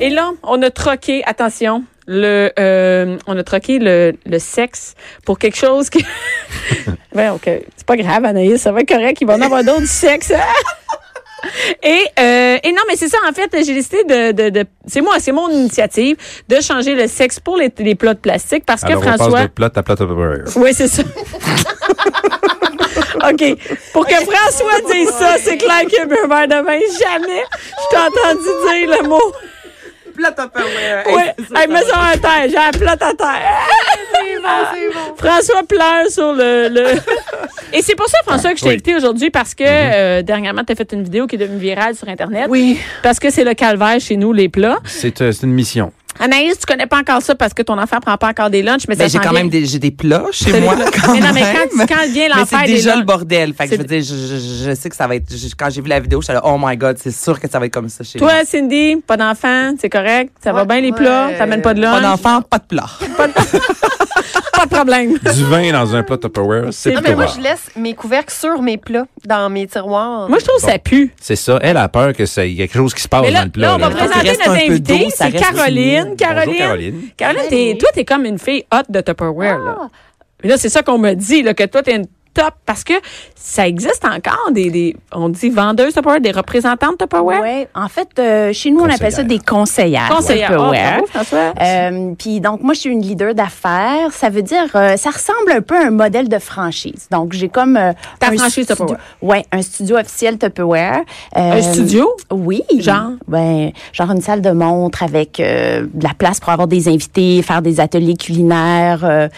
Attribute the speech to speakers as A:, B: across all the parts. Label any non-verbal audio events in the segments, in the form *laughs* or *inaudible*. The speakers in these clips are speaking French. A: Et là, on a troqué, attention, le, euh, on a troqué le, le sexe pour quelque chose que. *laughs* ben, OK. C'est pas grave, Anaïs, ça va être correct. Il va en avoir d'autres du sexe. hein? *laughs* Et, euh, et non, mais c'est ça, en fait, j'ai décidé de... de, de c'est moi, c'est mon initiative de changer le sexe pour les, les plats de plastique parce
B: Alors,
A: que
B: on passe
A: François...
B: de plot à plot Tupperware.
A: Oui, c'est ça. *laughs* OK. Pour que François dise ça, c'est clair qu'il a bu un verre de vin. Jamais je t'ai entendu dire le mot.
C: Plate Tupperware. euh, Hey,
A: Ouais.
C: ça,
A: Hey, mets ça à terre. J'ai la plate à terre.
C: C'est bon, c'est bon.
A: François pleure sur le. le- *laughs* Et c'est pour ça, François, que je t'ai
B: Oui. Mm-hmm.
A: invité aujourd'hui parce que euh, dernièrement, tu as fait une vidéo qui est devenue virale sur Internet.
C: Oui.
A: Parce que c'est le calvaire chez nous, les plats.
B: C'est euh, c'est une mission.
A: Anaïs, tu connais pas encore ça parce que ton enfant prend pas encore des lunchs, mais
C: Ben,
A: ça
C: j'ai
A: s'en
C: quand
A: vient.
C: même des, j'ai des plats chez
A: *laughs* T'as des
C: moi.
A: plats.
C: Quand
A: Mais non, mais
C: même.
A: quand- quand vient l'enfer
C: Mais
A: des
C: c'est déjà
A: gens-
C: le bordel. Fait que je veux
A: C'est-
C: dire, je, je- je sais que ça va être. je- quand j'ai vu la vidéo, je suis là, oh my god, c'est sûr que ça va être comme ça chez moi.
A: Toi, Cindy, pas d'enfant, c'est correct, ça va
D: Ouais,
A: bien les
D: ouais.
A: plats, t'amènes pas de lunch.
C: Pas d'enfant, pas de plat.
A: pas de problème.
B: Du vin dans un plot Tupperware, c'est
A: Non,
D: Non,
B: plutôt
D: mais moi,
B: rare.
D: je laisse mes couvercles sur mes plats, dans mes tiroirs.
A: Moi, je trouve que ça pue.
B: C'est ça. Elle a peur que ça- il y a quelque chose qui se passe
A: Mais là,
B: dans le
A: là,
B: plat.
A: on va
B: là.
C: présenter-
A: présenter
C: reste
A: notre
C: un peu
A: invitée,
C: d'eau, ça
A: c'est
C: reste
A: Caroline.
C: humide.
A: Caroline.
B: Bonjour, Caroline.
A: Caroline, t'es-
D: Salut.
A: toi, t'es comme une fille hot de Tupperware.
C: Ah.
A: Là. Mais là, c'est ça qu'on me dit, là, que toi, t'es une top, parce que ça existe encore, des, des on dit vendeuses Tupperware, des représentantes Tupperware.
E: Ouais. En fait, euh, chez nous, on appelle ça
B: Conseillère.
E: des conseillères.
A: Conseillère. Ah,
E: Tupperware.
A: bravo, François.
E: Euh, Puis donc, moi, je suis une leader d'affaires. Ça veut dire, euh, ça ressemble un peu à un modèle de franchise. Donc, j'ai comme... euh,
A: Ta
E: un
A: franchise
E: studio-
A: Tupperware.
E: Ouais, un studio officiel Tupperware. Euh,
A: Un studio?
E: Oui.
A: Genre?
E: Ben, genre une salle de montre avec euh, de la place pour avoir des invités, faire des ateliers culinaires. euh,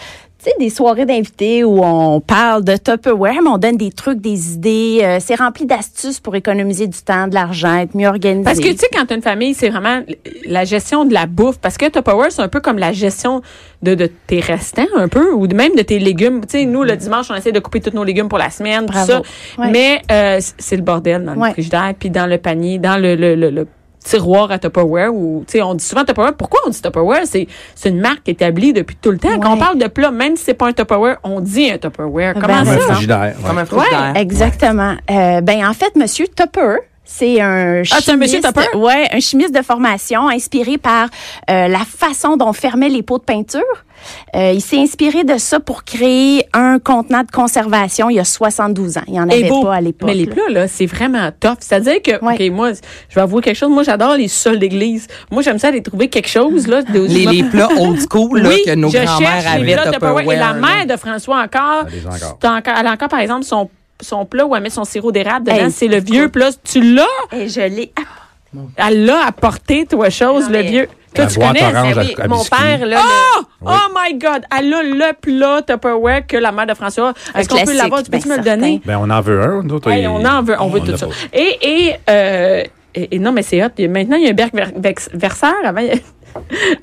E: tu sais, des soirées d'invités où on parle de Tupperware, mais on donne des trucs, des idées. euh, c'est rempli d'astuces pour économiser du temps, de l'argent, être mieux organisé.
A: Parce que, tu sais, quand t'as une famille, c'est vraiment la gestion de la bouffe. Parce que Tupperware, c'est un peu comme la gestion de, de tes restants, un peu, ou de- même de tes légumes. Tu sais, nous, le dimanche, on essaie de couper tous nos légumes pour la semaine,
E: Bravo.
A: tout ça.
E: Ouais.
A: Mais euh, c- c'est le bordel dans le
E: Ouais.
A: frigidaire, puis dans le panier, dans le, le, le, le tiroir à Tupperware. Ou, tu sais, on dit souvent Tupperware. Pourquoi on dit Tupperware? C'est c'est une marque établie depuis tout le temps. Quand on
E: Ouais.
A: parle de plat, même si c'est pas un Tupperware, on dit un Tupperware.
E: Ben,
A: Comment
B: Comme un
A: ça? hein?
B: frigidaire. ouais.
C: Comme un frigidaire.
E: Exactement. Euh, ben en fait, Monsieur Tupper. C'est un
A: Ah, c'est un monsieur
E: chimiste-
A: Tupper?
E: Ouais, un chimiste de formation inspiré par euh, la façon dont on fermait les pots de peinture. Euh, il s'est inspiré de ça pour créer un contenant de conservation il y a 72 ans. Il n'y en
A: Et
E: avait
A: beau.
E: pas à l'époque.
A: Mais les
E: là.
A: plats, là, c'est vraiment tough. C'est-à-dire que,
E: Ouais.
A: OK, moi, je vais avouer quelque chose. Moi, j'adore les sols d'église. Moi, j'aime ça aller trouver quelque chose, là. de-
C: Les,
A: je me-
C: les plats old school là,
A: oui,
C: que nos
A: je
C: grands-mères
A: cherche les
C: avaient
A: plats Tupperware. Et la
C: là.
A: mère de François encore,
B: Elle Ah, les a encore.
A: c'est encore- elle a encore, par exemple, son, son plat où elle met son sirop d'érable dedans.
E: Hey,
A: c'est le vieux plat. Tu l'as?
E: Et je l'ai.
A: Elle l'a apporté, toi, chose,
D: Non,
A: le
D: mais-
A: vieux. Toi,
B: La
A: tu
B: boîte
A: connais?
B: orange.
D: Ben
B: à-
D: oui,
B: à
D: mon
B: biscuits.
D: père, là,
A: Oh my God! Elle a le plat Tupperware que la mère de François. a. Est-ce qu'on peut
E: classique,
A: l'avoir? Tu peux-tu
E: ben,
A: me le donner?
B: Ben, on en veut un, nous autres.
A: Hey,
B: et-
A: on en veut, on veut
B: on
A: tout
B: l'a
A: ça.
B: pas.
A: Et, et, euh, et, et non, mais c'est hot. Il y a- Maintenant, il y a un bec ver- vex- verseur. Avant, *laughs* il y a-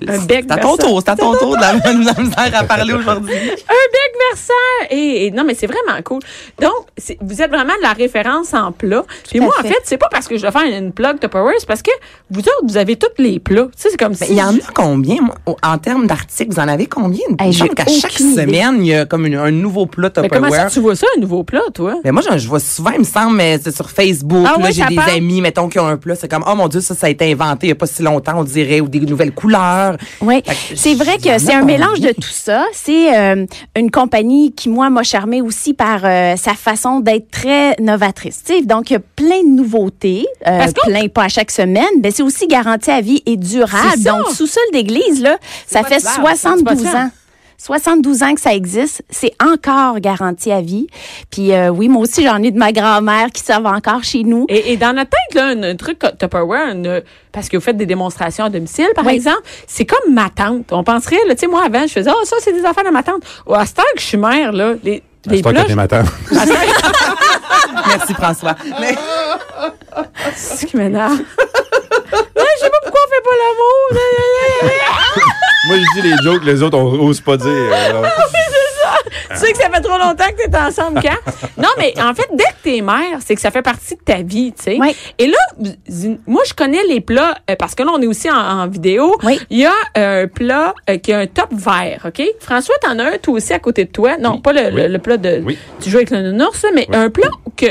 A: un bec
C: C'est à ton
A: verseur.
C: tour, c'est à ton tour de la, de la misère
A: *laughs*
C: à parler aujourd'hui.
A: Un bec verseur! Et, et non, mais c'est vraiment cool. Donc, c'est- vous êtes vraiment la référence en plat. Puis
E: à
A: moi, en
E: fait.
A: fait, c'est pas parce que je vais faire une plug Tupperware, c'est parce que vous autres, vous avez tous les plats. Tu sais, c'est comme
C: Ben,
A: si...
C: Il y en
A: je-
C: a combien, moi, au- en termes d'articles? Vous en avez combien? Il
E: Hey,
C: me semble
E: j'ai
C: qu'à chaque
E: aucune idée.
C: semaine, il y a comme une- un nouveau plat
A: Mais Ben, comment ça,
C: Tupperware.
A: tu vois ça, un nouveau plat, toi?
C: Mais moi, j'en- je vois souvent, il me semble, mais c'est sur Facebook.
A: Ah
C: là,
A: oui,
C: j'ai
A: ça
C: des
A: parle?
C: amis, mettons, qui ont un plat. C'est comme, oh mon Dieu, ça, ça a été inventé il n'y a pas si longtemps, on dirait, ou des nouvelles
A: *laughs*
C: couleurs. Ah,
E: Oui,
C: Fait que
E: c'est vrai
C: il y en
E: que c'est
C: a
E: un
C: pas
E: mélange de
C: envie.
E: tout ça. C'est euh, une compagnie qui, moi, m'a charmée aussi par euh, sa façon d'être très novatrice. Tu sais, donc, il y a plein de nouveautés, euh,
A: Parce qu'on-
E: plein pas à chaque semaine, mais c'est aussi garanti à vie et
A: C'est
E: durable.
A: ça.
E: Donc, sous-sol d'église, là, ça
C: pas
E: fait
C: durable,
A: c'est
E: 72
A: pas ça.
E: ans. 72 ans que ça existe, c'est encore garanti à vie. Puis euh, oui, moi aussi j'en ai de ma grand-mère qui servent encore chez nous.
A: Et, et dans notre tête, là, un, un truc co- Tupperware, une- parce que vous faites des démonstrations à domicile, par
E: Oui.
A: exemple, c'est comme ma tante. On penserait, là, tu sais, moi, avant, je faisais, oh, ça, c'est des affaires de ma tante. Oh, à ce temps que je suis mère, là, les,
B: À
A: les
B: cette heure
A: plats,
B: que t'es ma *laughs* tante.
C: *laughs* Merci, François. Mais-
A: c'est ce qui *laughs* m'énerve. Non, je sais pas pourquoi on fait pas l'amour. là, là, là, là.
B: Moi, je dis les jokes, les autres, on n'ose pas dire. hein, alors.
A: Tu sais que ça fait trop longtemps que t'es ensemble, quand? Non, mais en fait, dès que t'es mère, c'est que ça fait partie de ta vie, tu sais.
E: Oui.
A: Et là, z- moi, je connais les plats, euh, parce que là, on est aussi en, en vidéo.
E: Oui.
A: Il y a euh, un plat euh, qui a un top vert, OK? François, t'en as un, toi aussi, à côté de toi. Non, pas le,
B: Oui.
A: le- le plat de...
B: Oui.
A: Tu joues avec le nounours, là, mais
B: Oui.
A: un plat que...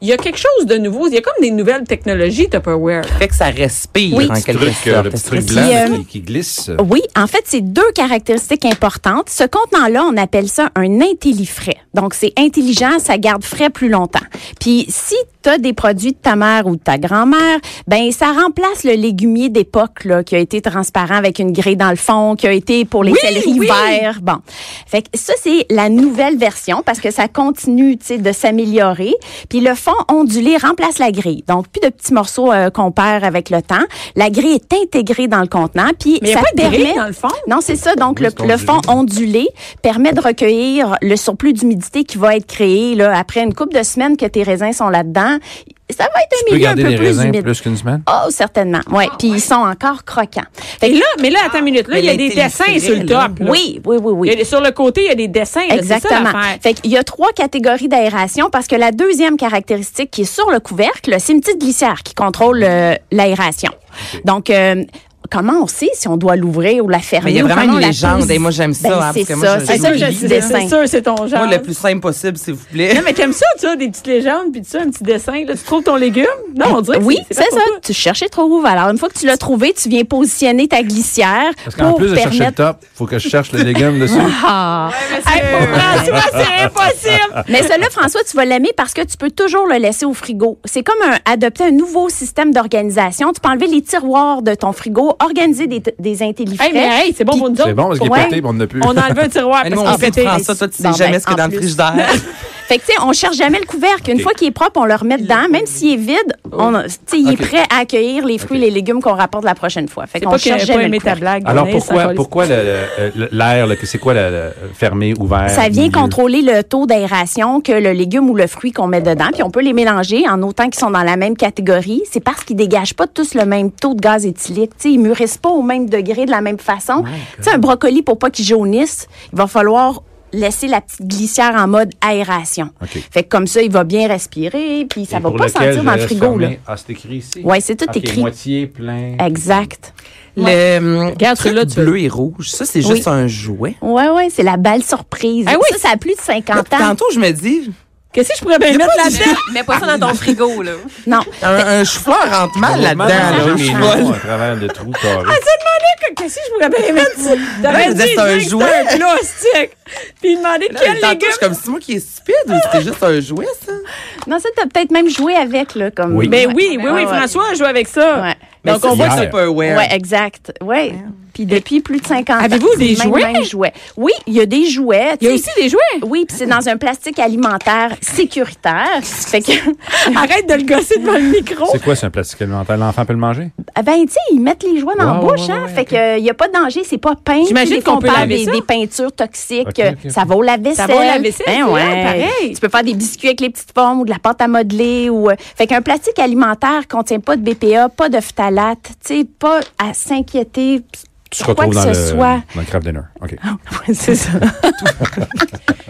A: il y a quelque chose de nouveau. Il y a comme des nouvelles technologies Tupperware.
C: Fait que ça respire
E: Oui.
C: en
E: Petit
B: Le
C: quelque
B: truc, euh,
C: sorte.
B: le petit truc
E: Puis,
B: blanc là,
E: euh,
B: qui, qui glisse.
E: Oui, en fait, c'est deux caractéristiques importantes. Ce contenant-là, on appelle ça un intellifrais. Donc, c'est intelligent, ça garde frais plus longtemps. Puis, si tu as des produits de ta mère ou de ta grand-mère, ben ça remplace le légumier d'époque là, qui a été transparent avec une grille dans le fond, qui a été pour les
A: Oui,
E: céleris
A: oui.
E: verts. Bon, fait que ça, c'est la nouvelle version parce que ça continue tu sais, de s'améliorer. Puis, le fond ondulé remplace la grille. Donc, plus de petits morceaux euh, qu'on perd avec le temps. La grille est intégrée dans le contenant. Puis,
A: Mais il n'y
E: ça
A: a pas de
E: permet...
A: grille, dans le fond.
E: Non, c'est ça. Donc,
B: Oui,
E: le,
B: c'est
E: le fond ondulé permet de recueillir le surplus d'humidité qui va être créé là, après une couple de semaines que tes raisins sont là-dedans. Ça va être
B: Tu
E: un
B: peux
E: milieu un
B: garder
E: peu
B: les
E: plus
B: raisins
E: humide.
B: plus qu'une semaine?
E: Oh, certainement. Ouais. Puis ils sont encore croquants. Fait
A: Et
E: que- Ah,
A: là, mais là, attends une minute. Là,
C: Mais
A: il y a des dessins sur le top. là.
E: oui, oui, oui, oui.
A: Il y a des- sur le côté, il y a des dessins. là. C'est ça,
E: Exactement.
A: l'affaire.
E: fait qu'il y a trois catégories d'aération parce que la deuxième caractéristique qui est sur le couvercle, c'est une petite glissière qui contrôle euh, l'aération. Donc, euh, comment on sait si on doit l'ouvrir ou la fermer?
C: Mais il y a
E: ou
C: vraiment
E: comment
C: une
E: on la
C: légende,
E: pose?
C: et moi, j'aime ça,
E: Ben,
C: hein,
E: c'est
C: parce que moi,
E: ça,
C: je-
E: c'est
A: C'est
E: ça
A: ça,
E: que
A: je
E: j'ai
A: dis,
E: dit, dessin.
A: c'est sûr, c'est ton genre.
C: Moi, le plus simple possible, s'il vous plaît.
A: Non, mais t'aimes ça, tu vois, des petites légendes, puis tu as un petit dessin. Là, tu trouves ton légume? Non, on dirait que
E: Oui,
A: c'est-
E: c'est
A: c'est
E: ça.
A: pas pour toi.
E: Tu cherchais trop. Alors, une fois que tu l'as trouvé, tu viens positionner ta glissière
B: Parce qu'en
E: pour
B: plus de chercher le
E: permettre.
B: top, faut que je cherche le légume
A: *laughs*
B: dessus.
E: Ah.
A: Hey, pour François, c'est impossible!
E: Mais celui-là, François, tu vas l'aimer parce que tu peux toujours le laisser au frigo. C'est comme un- adopter un nouveau système d'organisation. Tu peux enlever les tiroirs de ton frigo, organiser des, des intellifrais.
A: Hey, mais hey, c'est bon pour nous autres.
B: C'est bon parce qu'il
E: Ouais.
B: est pété, mais on n'a plus.
A: On enlève un tiroir
C: Mais
A: parce
C: nous,
A: qu'il
C: on
A: est
C: fait de
A: pété.
C: prendre ça, toi, tu sais
E: Bon, ben,
C: jamais ce qu'il y
E: en
C: a dans le
E: plus.
C: frigidaire.
A: *laughs*
E: Fait que, tu sais, on cherche jamais le couvercle. Une
B: Ok.
E: fois qu'il est propre, on le remet dedans. Même s'il est vide, on, a- tu sais, il est
B: Ok.
E: prêt à accueillir les fruits et les légumes qu'on rapporte la prochaine fois. Fait
A: C'est
E: qu'on
A: pas
E: cherche
A: que j'ai
E: jamais
A: pas
E: le
A: aimé ta
E: couvercle.
A: blague.
B: Alors
A: Anaïs, ça
B: pourquoi,
A: colle.
B: pourquoi le- le- le- l'air, là, que c'est quoi le, le fermé, ouvert?
E: Ça vient
B: milieu?
E: contrôler le taux d'aération que le légume ou le fruit qu'on met dedans. Puis on peut les mélanger en autant qu'ils sont dans la même catégorie. C'est parce qu'ils dégagent pas tous le même taux de gaz éthylique. Tu sais, ils mûrissent pas au même degré de la même façon. Tu sais, un brocoli, pour pas qu'il jaunisse, il va falloir laisser la petite glissière en mode aération.
B: OK.
E: Fait que comme ça, il va bien respirer, puis ça
B: Et
E: va
B: pour
E: pas
B: lequel
E: sentir
B: je
E: dans le
B: laisse
E: frigo. Là.
B: fermer. Ah, c'est écrit ici? Ah,
E: Ouais, c'est tout
B: Ok,
E: écrit.
B: moitié plein.
E: Exact.
C: Le euh,
A: Regarde,
C: truc
A: celui-là, tu-
C: bleu et rouge, ça, c'est juste un jouet.
E: Ouais, ouais, c'est la balle surprise.
A: Ah oui.
E: Ça, ça a plus de 50 ans.
C: Tantôt, je me dis,
A: Qu'est-ce que je pourrais bien mettre là-dedans?
D: Mets pas ça
A: *laughs*
D: dans ton frigo, là.
E: Non.
C: un, un chou-fleur rentre mal là-dedans. là,
B: J'ai
C: au
B: mes
C: chou-fleur.
B: noms à travers le trou carré.
E: Ah,
A: Que- Qu'est-ce que je pourrais bien
C: *laughs*
A: mettre? T'avais
C: je
A: dit
C: disais, c'est un
A: Jake,
C: jouet.
A: un plastique. Puis il demandait
C: Là,
A: quel
C: tantôt,
A: légume.
C: je suis comme si moi qui est stupide ou c'était juste un jouet, ça?
E: Non, ça, t'as peut-être même joué avec, là, comme.
B: Oui.
A: Ben oui, oui, oui,
E: Ouais, ouais.
A: François, joue avec ça.
E: Ouais.
C: Mais
A: Donc, on
C: ça,
A: voit
B: hier.
A: que
C: c'est pas aware.
E: Ouais, exact. Ouais. Puis depuis plus de 50 ans.
A: Avez-vous
E: c'est le
A: des
E: même-
A: jouets?
E: même jouet. Oui, il y a des jouets.
A: Il y a
E: tu
A: aussi
E: sais.
A: des jouets.
E: Oui, puis c'est dans un plastique alimentaire sécuritaire. Fait que, *laughs*
A: Arrête de le gosser devant le micro.
B: C'est
E: oh.
B: quoi, c'est un plastique alimentaire? L'enfant peut le manger?
E: ben, tu sais, ils mettent les jouets dans la
B: Ouais, ouais,
E: bouche,
B: ouais,
E: hein.
B: ouais,
E: fait que, euh, il n'y a pas de danger, c'est pas peint.
A: J'imagine
E: Des fois,
A: qu'on
E: on
A: peut
E: parle
A: laver
E: des,
A: ça.
E: des peintures toxiques.
B: Ok,
E: euh,
B: ok,
E: Ça va au lave-vaisselle.
A: Ça va au lave-vaisselle,
E: Ben
A: c'est
E: ouais.
A: vrai, pareil.
E: Tu peux faire des biscuits avec les petites formes ou de la pâte à modeler ou, euh, fait qu'un plastique alimentaire contient pas de BPA, pas de phtalate, tu sais, pas à s'inquiéter. *laughs*
B: Tu te
E: sur quoi
B: retrouves
E: que
B: dans
E: ce
B: le,
E: soit.
B: dans le craft dinner. OK.
E: Ouais, c'est ça.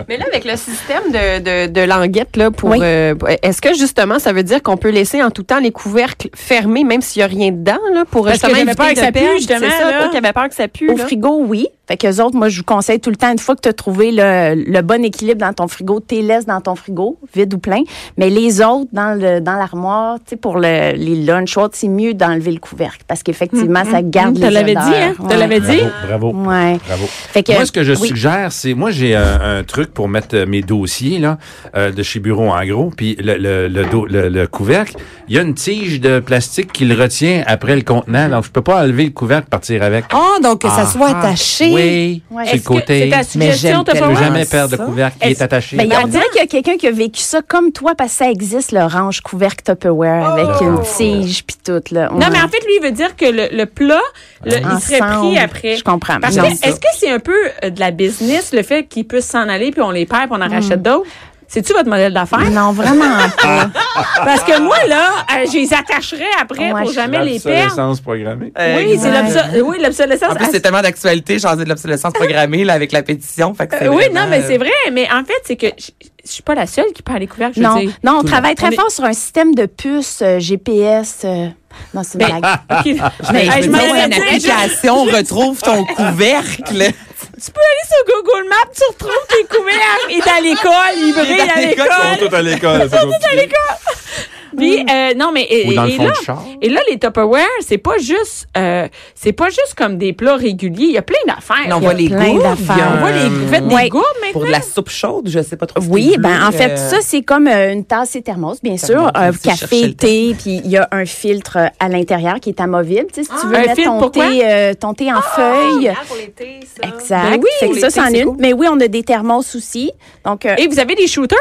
D: Mais là, avec le système de, de, de languette, là, pour,
E: Oui.
D: euh, est-ce que justement, ça veut dire qu'on peut laisser en tout temps les couvercles fermés, même s'il n'y a rien dedans, là, pour
A: Parce que
D: justement
A: j'avais peur que
D: éviter de
A: ça pue,
D: perdre,
A: justement,
D: C'est
A: là.
D: ça, toi qui avais peur que ça pue,
E: Au
D: là.
E: frigo, oui. Fait qu'eux autres, moi, je vous conseille tout le temps, une fois que tu as trouvé le, le bon équilibre dans ton frigo, t'es laisse dans ton frigo, vide ou plein. Mais les autres, dans le dans l'armoire, tu sais, pour le, les lunchs, autres, c'est mieux d'enlever le couvercle parce qu'effectivement, ça garde
A: Tu
E: les
A: l'avais mm. dit,
E: odeurs.
A: hein? Tu
E: Ouais.
A: l'avais dit?
B: Bravo, bravo.
E: Ouais.
B: Bravo.
E: Fait que,
B: moi, ce que je
E: oui.
B: suggère, c'est moi j'ai un, un truc pour mettre euh, mes dossiers là euh, de chez Bureau en gros, puis le le, le, do- le- le couvercle, il y a une tige de plastique qui le retient après le contenant, donc je peux pas enlever le couvercle partir avec.
C: Ah, donc que ça soit
B: Ah,
C: attaché.
B: Oui,
E: Ouais.
B: sur le
E: Est-ce
A: C'est
B: côté.
A: ta suggestion,
C: j'aime
A: t'as pas
B: Je
C: tellement
B: peux
A: peur?
B: jamais
C: ça.
B: perdre le couvercle qui
A: Est-ce-
B: est attaché.
E: Ben, on
A: Là-dedans?
E: dirait qu'il y a quelqu'un qui a vécu ça comme toi parce que ça existe, l'orange couvercle Tupperware avec une tige puis tout. Là.
A: Oh! Non, mais en fait, lui, il veut dire que le, le plat, le- il serait pris
E: Ensemble.
A: après.
E: Je comprends.
A: Parce
E: Non.
A: que, est-ce que c'est un peu euh, de la business, le fait qu'ils puissent s'en aller, puis on les perd, puis on
E: Hmm.
A: en rachète d'autres? C'est-tu votre modèle
E: *laughs*
A: d'affaires?
E: Non, vraiment pas.
A: Parce que moi, là, euh, je les attacherais après
E: Ouais,
A: pour
E: je-
A: jamais les perdre.
B: L'obsolescence programmée.
A: Oui, c'est
E: Exact.
A: l'obso- oui, l'obsolescence.
C: Euh, En plus, c'est tellement d'actualité, j'en ai de l'obsolescence programmée là, avec la pétition. Fait que c'est
A: Euh, oui,
C: vraiment,
A: non, mais
C: euh,
A: c'est vrai. Mais en fait, c'est que je je suis pas la seule qui parle les couvercles. Je veux
E: Non,
A: dire.
E: non, on
A: Tout le
E: travaille
A: monde.
E: très
A: On est-
E: fort sur un système de puces euh, GPS. euh, Non, c'est une
A: Ben, *laughs*
E: blague.
A: OK.
C: Mais
A: Hey,
C: je
A: je
C: me
A: m'en
C: dis,
A: allais
C: une
A: dire, je- *laughs*
C: application, retrouve ton couvercle.
A: tu peux aller sur Google Maps, tu retrouves tes couvercles. Il est à l'école, il brille
C: à
A: à
C: l'école,
A: l'école.
B: Ils sont tous à l'école. ça continue.
A: Puis, euh, non, mais.
B: Ou dans le
A: et
B: fond
A: là,
B: du char.
A: et là, les Tupperware, c'est pas juste, euh, c'est pas juste comme des plats réguliers. Il y a plein d'affaires.
C: Non, on
A: Il y a
C: voit les
A: plein-
E: plein
C: gourdes.
E: d'affaires.
A: On voit les, vous faites
E: Ouais.
A: des gourdes
C: euh, Pour
A: maintenant.
C: de la soupe chaude, je sais pas trop. ce
E: Oui,
C: qu'il
E: ben
C: veut,
E: en fait,
C: euh,
E: ça c'est comme euh, une tasse et thermos, bien sûr,
C: Thermos,
E: euh,
C: je cherchais
E: café,
C: le
E: thé, puis il y a un filtre euh, à l'intérieur qui est amovible, tu sais, si tu veux
A: Ah, un
E: mettre
A: filtre Ah,
E: ton
A: pour quoi?
E: thé, euh, ton thé en feuille.
D: pour l'été, ça.
E: Exact.
A: Ben oui,
E: Fait que ça,
A: l'été,
E: c'en
A: c'est
E: est une.
A: cool.
E: Mais oui, on a des thermos aussi. Donc, euh,
A: Et vous avez des shooters.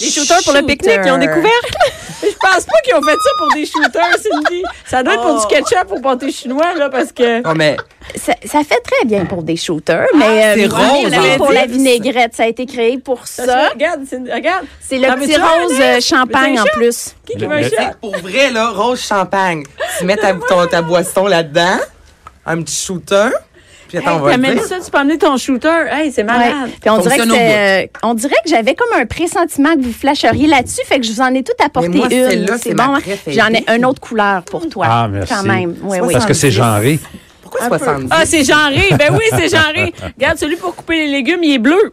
A: Des shooters pour le pique-nique, ils ont
E: Shooters.
A: découvert. *laughs* Je pense pas qu'ils ont fait ça pour des shooters, Cindy. Ça doit être pour du ketchup ou pâté chinois, là, parce que.
C: Non, mais
E: ça, ça fait très bien pour des shooters,
A: Ah,
E: mais
C: c'est
E: euh,
C: rose,
E: oui,
C: hein?
E: pour la
C: Dit.
E: vinaigrette, ça a été créé pour ça.
A: Regarde, Cindy, regarde.
E: C'est le
A: Ah, mais
E: petit
A: tu vois,
E: rose
A: Alex,
E: euh, champagne
A: mais
E: en
A: t'as un
E: plus.
A: Qui qui veut un
B: Le-
A: shot?
C: c'est pour vrai, là, rose champagne. Tu mets ta, ton- ta boisson là-dedans, un petit shooter, puis attends,
A: Hey,
C: on va le
A: t'amènes
C: dire.
A: ça, tu peux amener ton shooter. Hey, c'est
E: Ouais.
A: malade.
E: Puis on dirait, que
C: Fonctionne au
E: c'est, euh, on dirait que j'avais comme un pressentiment que vous flasheriez là-dessus, fait que je vous en ai tout apporté
C: Mais moi,
E: une.
C: celle-là, c'est ma
E: hein.
C: préférée.
E: J'en ai une autre couleur pour toi.
B: Ah, merci.
E: Quand même. Oui, oui.
B: Parce que c'est genré.
C: Pourquoi 70?
A: Ah, c'est genré. Ben oui, c'est genré. Regarde, celui pour couper les légumes, il est bleu.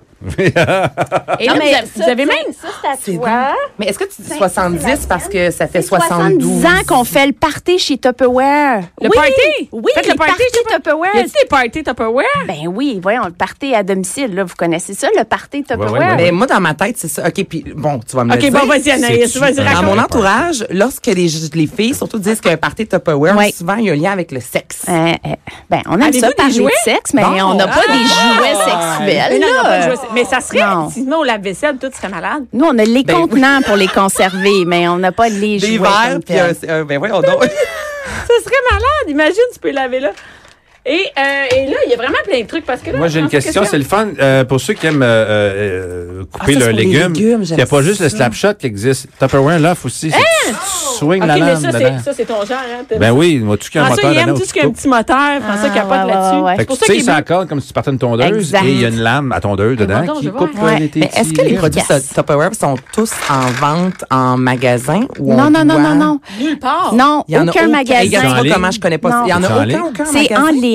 A: Et là,
E: Non, mais
A: vous avez- vous
E: ça,
A: avez
E: tu sais,
A: même
E: Ça, c'est à toi.
C: Mais est-ce que tu dis 70 parce que ça fait
E: C'est 70
C: 72?
E: ans qu'on fait le party chez Tupperware.
A: Le
E: oui,
A: party?
E: Oui,
A: Faites
E: les
A: le party
E: parties
A: chez
E: Tupperware.
A: Y a-t-il des parties Tupperware?
E: Ben oui, voyons, le party à domicile, là, vous connaissez ça, le party Tupperware.
B: Ouais, ouais, ouais.
C: Ben, moi, dans ma tête, c'est ça. OK, puis bon, tu vas me le
A: OK,
C: dire.
A: bon, vas-y, Anaïs.
B: C'est-tu
A: Vas-y,
B: un
C: Dans
A: raconte.
C: mon entourage, lorsque les, les filles surtout disent qu'un party Tupperware,
E: Ouais.
C: souvent, il y a un lien avec le sexe.
E: Euh, euh, ben, on aime
A: Avez-vous
E: ça
A: des
E: parler
A: jouets?
E: de sexe, mais
C: Non.
E: on n'a pas
C: Ah!
E: des jouets
A: Mais
E: sexuels.
A: non, non,
E: là.
A: pas de jouets. Mais ça serait,
E: Non.
A: sinon, au lave-vaisselle, tout serait malade.
E: Nous, on a les
C: Ben oui.
E: contenants pour les conserver, mais on n'a pas
C: Des
E: les jouets.
C: verres,
E: comme
C: puis un,
E: tels.
C: un- ben voyons
E: *laughs*
C: donc.
A: Ça serait malade. Imagine, tu peux laver là. Et, euh, et là, il y a vraiment plein de trucs parce que là,
B: Moi, j'ai une
A: en fait,
B: question. C'est le fun euh, pour ceux qui aiment euh, euh, euh, couper leurs
C: Ah, ça, c'est pour les
B: légumes.
C: légumes,
B: Il n'y a pas
C: j'aime
B: juste le
C: ça.
B: slap shot qui existe. Tupperware, là, aussi. c'est- Tu swing
A: Hein? OK,
B: la
A: mais
B: lame
A: ça,
B: dedans.
A: c'est, ça, c'est ton genre. Hein, t'as-
B: Ben oui, moi, tout qui a un
A: François,
B: moteur
A: il aime
B: dedans,
A: tout
B: tu
A: ce qui a un
B: coupes.
A: petit moteur. François,
E: Ah,
A: capote
E: ouais, ouais,
A: là-dessus.
E: ouais.
A: C'est
B: Fait que
A: pour
B: tu
A: ça qu'il
B: sais,
A: est
B: ça
A: bleu.
B: accorde comme si tu partais une tondeuse
E: Exact.
B: et il y a une lame à tondeuse dedans
A: donc,
B: qui
A: je
B: coupe
A: vois.
B: euh,
E: Ouais.
B: les
C: Mais est-ce que les
B: petits-
C: produits
E: Efficace.
C: Tupperware sont tous en vente en magasin? Ou
E: Non,
C: on
E: non, non,
C: doit-
E: non, non.
A: Nulle part.
E: Non,
C: Il y en a
E: aucun
C: Et regarde,
E: magasin.
B: En
C: tu vois
B: ligne?
C: comment je connais pas ça. Il y en
B: C'est en
C: a
B: ligne?
C: aucun, aucun
E: C'est en
C: magasin.
E: ligne.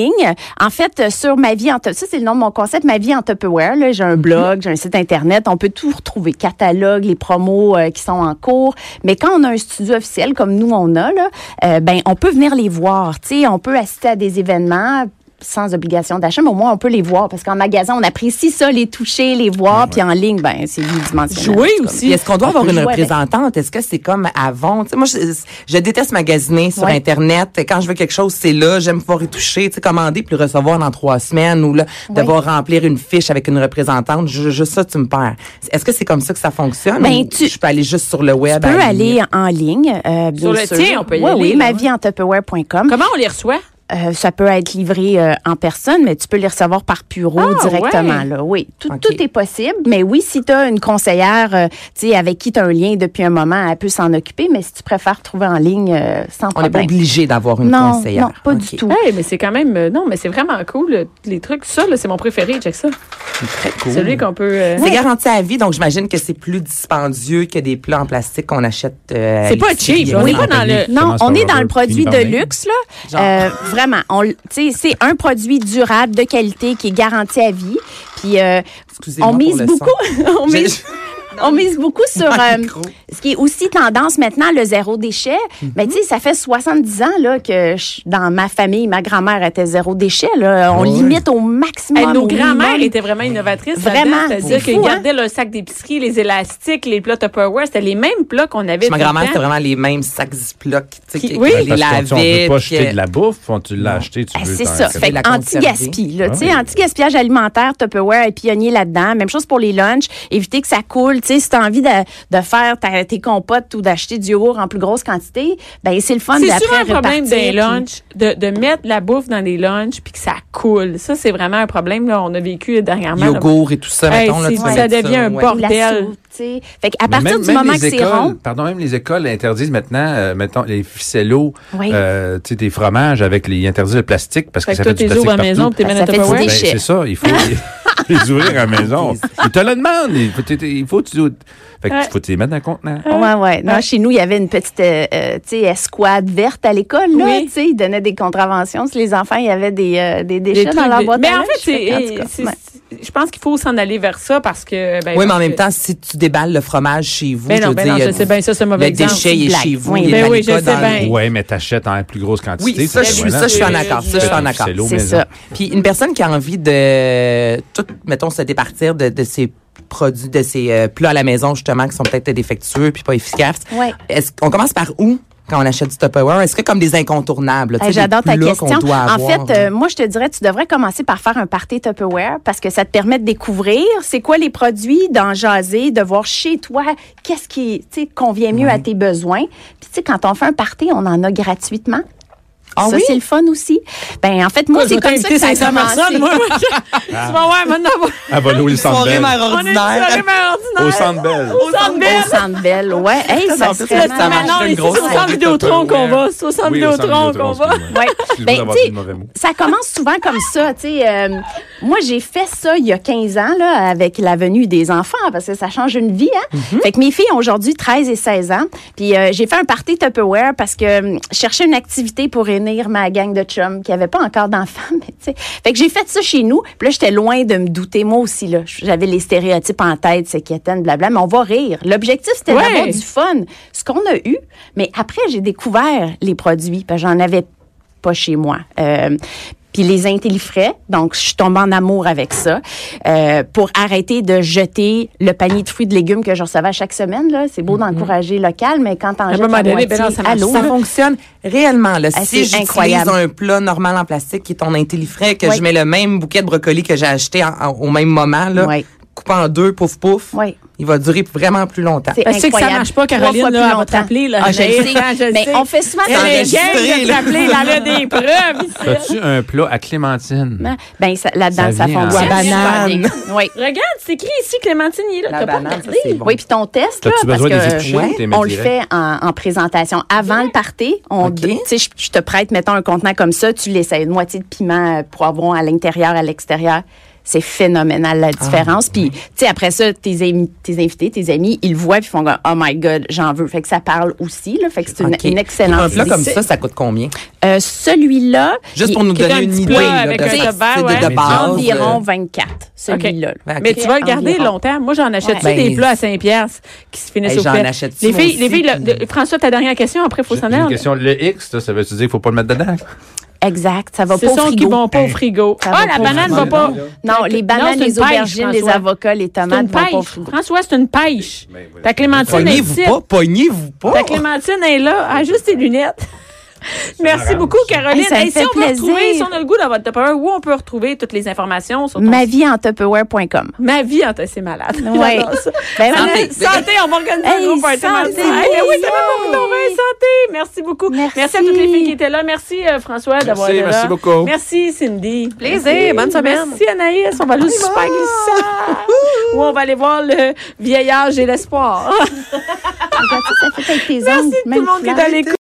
E: En fait, euh, sur ma vie en Tupperware, ça c'est le nom de mon concept, ma vie en Tupperware. là. J'ai un blog, j'ai un site internet, on peut tout retrouver, catalogue, les promos euh, qui sont en cours. Mais quand on a un studio officiel comme nous on a, là, euh, ben on peut venir les voir. Tu sais, on peut assister à des événements sans obligation d'achat, mais au moins on peut les voir parce qu'en magasin on apprécie ça, les toucher, les voir, puis en ligne, ben c'est unidimensionnel.
A: Jouer
E: en tout cas.
A: aussi.
C: Puis est-ce qu'on doit
E: On
C: avoir
E: peut
C: une
E: jouer avec.
C: représentante? Est-ce que c'est comme avant? Tu sais, moi, je, je déteste magasiner sur
E: Ouais.
C: Internet. Quand je veux quelque chose, c'est là. J'aime pouvoir y toucher, tu sais, commander puis le recevoir dans trois semaines ou là, devoir remplir une fiche avec une représentante. Je, je- ça, tu me perds. Est-ce que c'est comme ça que ça fonctionne?
E: Ben,
C: ou
E: tu-
C: je peux aller juste sur le
A: Eh
C: web.
E: On
A: ben,
C: à
E: peut
C: la
E: aller
C: limite?
E: en ligne, euh, bien
A: Sur le
E: sûr.
A: tien, on peut y
E: oui,
A: aller,
E: Oui,
A: là.
E: ma vie en tupperware.com.
A: Comment on les reçoit?
E: Euh, ça peut être livré euh, en personne, mais tu peux les recevoir par bureau
A: Ah,
E: directement.
A: ouais.
E: Là. Oui, tout,
C: Ok.
E: tout est possible. Mais oui, si tu as une conseillère euh, tu sais, avec qui tu as un lien depuis un moment, elle peut s'en occuper. Mais si tu préfères trouver en ligne, euh, sans
C: On n'est pas
E: problème.
C: obligé d'avoir une
E: non,
C: conseillère.
E: non, pas du
C: Ok.
E: tout.
A: Hey, mais c'est quand même. euh, non, mais c'est vraiment cool, euh, les trucs. Ça, là, c'est mon préféré, check ça.
C: Très cool.
A: Celui qu'on peut. euh,
C: C'est garanti à vie, donc j'imagine que c'est plus dispendieux que des plats en plastique qu'on achète. euh, à
A: C'est pas
C: l'épicerie,
A: cheap, là.
C: là.
A: On est pas dans le-
E: Non,
B: Commence
E: on
B: par
E: est dans le
B: Robert,
E: produit
B: fini
E: de
B: par Nick.
E: luxe, là. Euh, vraiment, on l- tu sais, c'est un produit durable, de qualité, qui est garanti à vie. Puis euh,
C: Excusez-moi
E: on
C: pour
E: mise
C: le Ah,
E: beaucoup, *laughs* on
C: J'ai-
E: mise, on
A: *laughs*
E: mise beaucoup
C: *laughs*
E: sur
C: Dans le
E: euh,
C: micro.
E: ce qui est aussi tendance maintenant, le zéro déchet.
A: Mm-hmm.
E: Mais tu sais, ça fait 70 ans là que je- dans ma famille, ma grand-mère était zéro déchet. Là, on
B: Ouais.
E: limite au maximum.
A: Hey, nos
E: au minimum.
A: grands-mères étaient vraiment innovatrices.
E: Vraiment.
A: là-dedans. C'est-à-dire
E: C'est
A: qu'ils
E: fou, hein?
A: gardaient leur sac d'épicerie, les élastiques, les plats Tupperware. C'était les mêmes plats qu'on avait. tout
C: Ma
A: le
C: grand-mère,
A: temps.
C: c'était vraiment les mêmes sacs Ziploc, tu sais,
A: hein? Qui-
C: qui-
A: oui.
C: qui les
B: Parce qu'on- si on
C: lavait.
B: peut pas
C: puis
B: jeter
C: que-
B: de la bouffe, quand tu l'as acheté, tu
E: Ah,
B: veux
E: c'est
B: t'en
E: ça.
B: servir.
E: Fait
C: la
E: que anti-gaspi, là,
B: Ah
E: tu sais,
B: oui.
E: anti-gaspillage alimentaire, Tupperware est pionnier là-dedans. Même chose pour les lunchs, éviter que ça coule. Tu sais, si t'as envie de, de faire ta- tes compotes ou d'acheter du yogourt en plus grosse quantité, ben c'est le fun
A: C'est
E: d'après
A: souvent un problème
E: repartir,
A: des
E: puis-
A: lunchs, de, de mettre la bouffe dans les lunchs puis que ça coule. Ça, c'est vraiment un problème. Là, on a vécu dernièrement. là.
C: Yogourt et tout ça,
A: Hey,
C: mettons. Là,
A: c'est-
C: tu vas
A: ça
C: mettre
A: devient un
C: ouais.
A: bord.
E: ou la
A: Bordel.
E: soupe, tu sais. Fait qu'à
B: Mais
E: partir
B: même-
E: du
B: même
E: moment
B: les
E: que c'est
B: écoles-
E: rond,
B: Pardon, même les écoles interdisent maintenant, euh, mettons, les ficellos,
E: Oui.
B: euh, tu sais, des fromages avec les ils interdisent le plastique parce que,
A: Fait que
B: ça
A: toi,
B: fait du
A: t'es ouvres
B: plastique
A: à la
B: partout.
A: maison puis t'es
E: Ben,
A: mènes à
E: ça fait du
A: Tupperware. *laughs*
B: Ben,
E: déchet.
B: c'est ça, il faut. les ouvrir à la maison. Ils te le demandent. Il faut, t'es- t'es- il faut, que tu, fait que
A: Ouais.
B: tu- faut que tu les mettre dans le contenant.
A: Hein?
E: Ouais, ouais. Non, chez nous, il y avait une petite euh, euh, tu sais, escouade verte à l'école. Là,
A: Oui.
E: tu sais, ils donnaient des contraventions. Si les enfants, il y avait des, euh, des déchets
A: Des
E: dans
A: trucs
E: leur
A: de-
E: boîte à
A: Mais en
E: lunch.
A: fait, c'est- eh,
E: en tout cas,
A: c'est-
E: ouais.
A: c'est- je pense qu'il faut s'en aller vers ça parce que. ben,
C: Oui, mais en
A: parce
C: même
A: que-
C: temps, si tu déballes le fromage chez vous,
A: Ben
C: je
A: non,
C: veux
A: ben
C: dire,
A: non,
C: il y a
A: je
C: du-
A: sais bien, ça, c'est mauvais
C: le
A: exemple.
C: déchet il est chez vous.
E: Oui.
C: il est
A: Ben oui,
C: dans
A: je
C: les-
A: sais bien.
B: Ouais, mais t'achètes en plus grosse quantité.
C: Oui, ça,
B: fait
C: je
B: que
C: suis,
B: voilà,
C: ça, je suis en
B: tu-
C: accord. Ça,
B: tu
C: je suis
B: fais
C: en
B: du
C: accord.
B: ficello
E: C'est
B: maison.
E: ça.
C: Puis une personne qui a envie de tout, mettons, se départir de, de ses produits, de ses euh, plats à la maison, justement, qui sont peut-être défectueux puis pas efficaces.
E: Ouais.
C: Est-ce qu'on commence par où quand on achète du Tupperware? Est-ce que comme des incontournables? tu
E: Hey,
C: sais, des
E: J'adore ta
C: plats
E: question.
C: qu'on doit
E: en
C: avoir,
E: fait, euh, moi, je te dirais, tu devrais commencer par faire un party Tupperware parce que ça te permet de découvrir c'est quoi les produits, d'en jaser, de voir chez toi qu'est-ce qui tu sais, convient mieux à tes besoins. Puis, tu sais, quand on fait un party, on en a gratuitement.
C: Ah
E: ça,
C: oui?
E: c'est le fun aussi. Ben, en fait, moi,
A: Moi, je
E: c'est
A: vais
E: comme ça
A: t'inviter
E: que ça a
A: 500 personnes,
E: commencé.
A: moi. moi, je-
C: Ah.
A: Tu vas voir, maintenant, on va-
B: Elle va louer le centre
C: Soirée
B: Bell.
C: mère
A: on est sur le
C: ordinaire.
A: même
B: Au
A: ordinaire.
B: centre belle.
A: Au centre Bell.
E: Au Centre Bell, ouais. Hey, ça
C: En plus,
E: serait
C: ça marche,
A: Maintenant,
C: une
A: ici, c'est au
C: grosse
A: centre
C: soirée
A: Vidéotron qu'on va. C'est au centre
B: Oui, au centre
A: Vidéotron qu'on
B: Vidéotron,
A: va.
B: excuse-moi.
E: Ouais.
B: Excuse-moi
E: Ben,
B: d'avoir
E: tu sais,
B: dit le mauvais mot.
E: Ça commence souvent comme ça, tu sais. euh, moi, j'ai fait ça il y a 15 ans, là, avec la venue des enfants, parce que ça change une vie, hein. Fait que mes filles ont aujourd'hui 13 et 16 ans. Puis euh, j'ai fait un party Tupperware parce que hum, je cherchais une activité pour réunir ma gang de chums qui n'avaient pas encore d'enfants, mais tu sais. Fait que j'ai fait ça chez nous. Puis là, j'étais loin de me douter, moi aussi, là. J'avais les stéréotypes en tête, c'est quétaine, blabla, mais on va rire. L'objectif, c'était
A: Ouais.
E: d'avoir du fun. Ce qu'on a eu, mais après, j'ai découvert les produits, parce que j'en avais pas chez moi. Euh, puis les intellifrais, donc je suis tombée en amour avec ça, euh, pour arrêter de jeter le panier de fruits et de légumes que je recevais chaque semaine. là. C'est beau d'encourager local, mais quand t'en jettes
A: Mm-hmm. moment
E: la
A: donné,
E: moitié,
A: ben non, ça marche
E: allô,
C: Ça
E: là.
C: fonctionne réellement. Là.
E: Ah,
C: Si
E: c'est
C: j'utilise
E: incroyable.
C: un plat normal en plastique qui est ton intellifrais, que
E: Oui.
C: je mets le même bouquet de brocoli que j'ai acheté en- en- au même moment, là,
E: Oui.
C: coupé en deux, pouf pouf,
E: Oui.
C: il va durer vraiment plus longtemps.
E: C'est
A: Parce Ben, que ça
E: incroyable.
A: marche pas,
E: Trois
A: Caroline,
E: fois
A: là, elle
E: plus
A: va te
E: longtemps.
A: rappeler, là. *laughs*
E: Ah, je le
A: Elle- je
E: sais.
A: le
E: Mais
A: sais.
E: on fait souvent
A: Elle est
C: enregistré,
A: gang de
C: là.
A: t'appeler, elle a des preuves ici.
B: *laughs*
C: *laughs*
B: As-tu un plat à clémentine?
A: Hein?
E: ça. Ben, ça- là-dedans,
B: Ça
E: ça,
B: vient en-
E: fonctionne.
C: Ou à
E: super
C: banane.
E: bien. Oui.
A: Regarde, c'est écrit ici, Clémentine, il est là.
C: La
A: T'as pas
C: banane, ça,
A: regardé?
C: c'est bon.
E: Oui, puis ton test, là,
B: T'as-tu
E: parce
B: besoin de les
E: que
B: éplucher
C: ouais,
B: ou t'es
E: on le
B: direct?
E: fait en, en présentation. Avant le party, on,
C: Ok.
E: tu sais, je, je te prête, mettons, un contenant comme ça, tu l'essayes, une moitié de piment, euh, poivron à l'intérieur, à l'extérieur. C'est phénoménal la différence. Puis, tu sais, après ça, tes, ami- tes invités, tes amis, ils le voient puis font comme, Oh my God, j'en veux. Fait que ça parle aussi, là. Fait que c'est une,
C: Ok.
E: une excellente
C: Un plat
E: idée.
C: comme ça, ça coûte combien?
E: Euh, Celui-là,
C: Juste
E: il-
C: pour nous
A: qui est un
C: donner une
A: petit
C: idée
A: plat
C: là,
A: avec
C: de,
A: un
C: c'est
A: couvert,
C: de- de
A: ouais.
C: base,
E: environ
C: euh,
E: 24, celui-là.
C: Ben, ok.
A: Mais tu vas
E: Ah,
A: le garder
E: Environ.
A: longtemps. Moi, j'en achète-tu
C: Ouais.
A: des
C: Ben,
A: plats à 5 piastres qui se finissent
C: Hey,
A: au
C: j'en
A: pet?
C: achète-tu
A: Les
C: moi
A: filles, les
C: aussi,
A: filles, là,
C: puis-
A: de- François, ta dernière question, après, il faut
B: J'ai
A: s'en
B: j'ai une
A: aller.
B: question. Le X, ça, ça veut-tu dire qu'il ne faut pas le mettre dedans?
E: Exact. Ça va
A: Ce
E: pas au
A: sont
E: frigo. Ben,
A: qui vont pas au frigo.
E: Ça
A: Ah,
E: va
A: la
E: pas au
A: banane
E: frigo.
A: va pas.
E: Non, les bananes,
A: c'est une
E: les
A: pêche,
E: aubergines, les
A: François.
E: avocats, les
A: C'est
E: tomates
A: une
E: vont pas au
A: pêche.
E: frigo.
A: François, c'est une pêche.
B: Ben, voilà.
A: Ta Clémentine est
C: Pognez-vous
A: ici.
C: pas, pognez-vous pas.
A: Ta
B: Oh!
A: Clémentine est là. Elle a juste ses lunettes. Merci
B: m'arrange.
A: beaucoup, Caroline.
E: Hey, ça me
A: Hey, si
E: fait
A: on veut
E: plaisir.
A: retrouver, si on a le goût d'avoir votre Tupperware, où on peut retrouver toutes les informations sur ton
E: Ma vie en Tupperware.com.
A: Ma vie en c'est malade.
E: Ouais.
A: J'adore ça.
E: Ben,
A: santé,
E: voilà.
A: santé, on va organiser
E: Hey,
A: un gros party.
E: santé,
A: mardi. Hey, ben oui, ça va pas vous
E: yay.
A: tomber, santé. Merci beaucoup.
E: Merci.
A: à toutes les filles qui étaient là. Merci euh, François d'avoir été là.
B: merci beaucoup.
A: Merci Cindy.
D: Plaisir,
A: Merci.
D: bonne semaine.
A: Merci Anaïs, on va aller au super glissant. Où on va aller voir le vieillage et l'espoir.
E: Regarde ça, ça fait avec tes
A: Merci
E: ongles,
A: tout le *laughs*
E: même
A: monde qui est
E: fleur.
A: à l'écoute.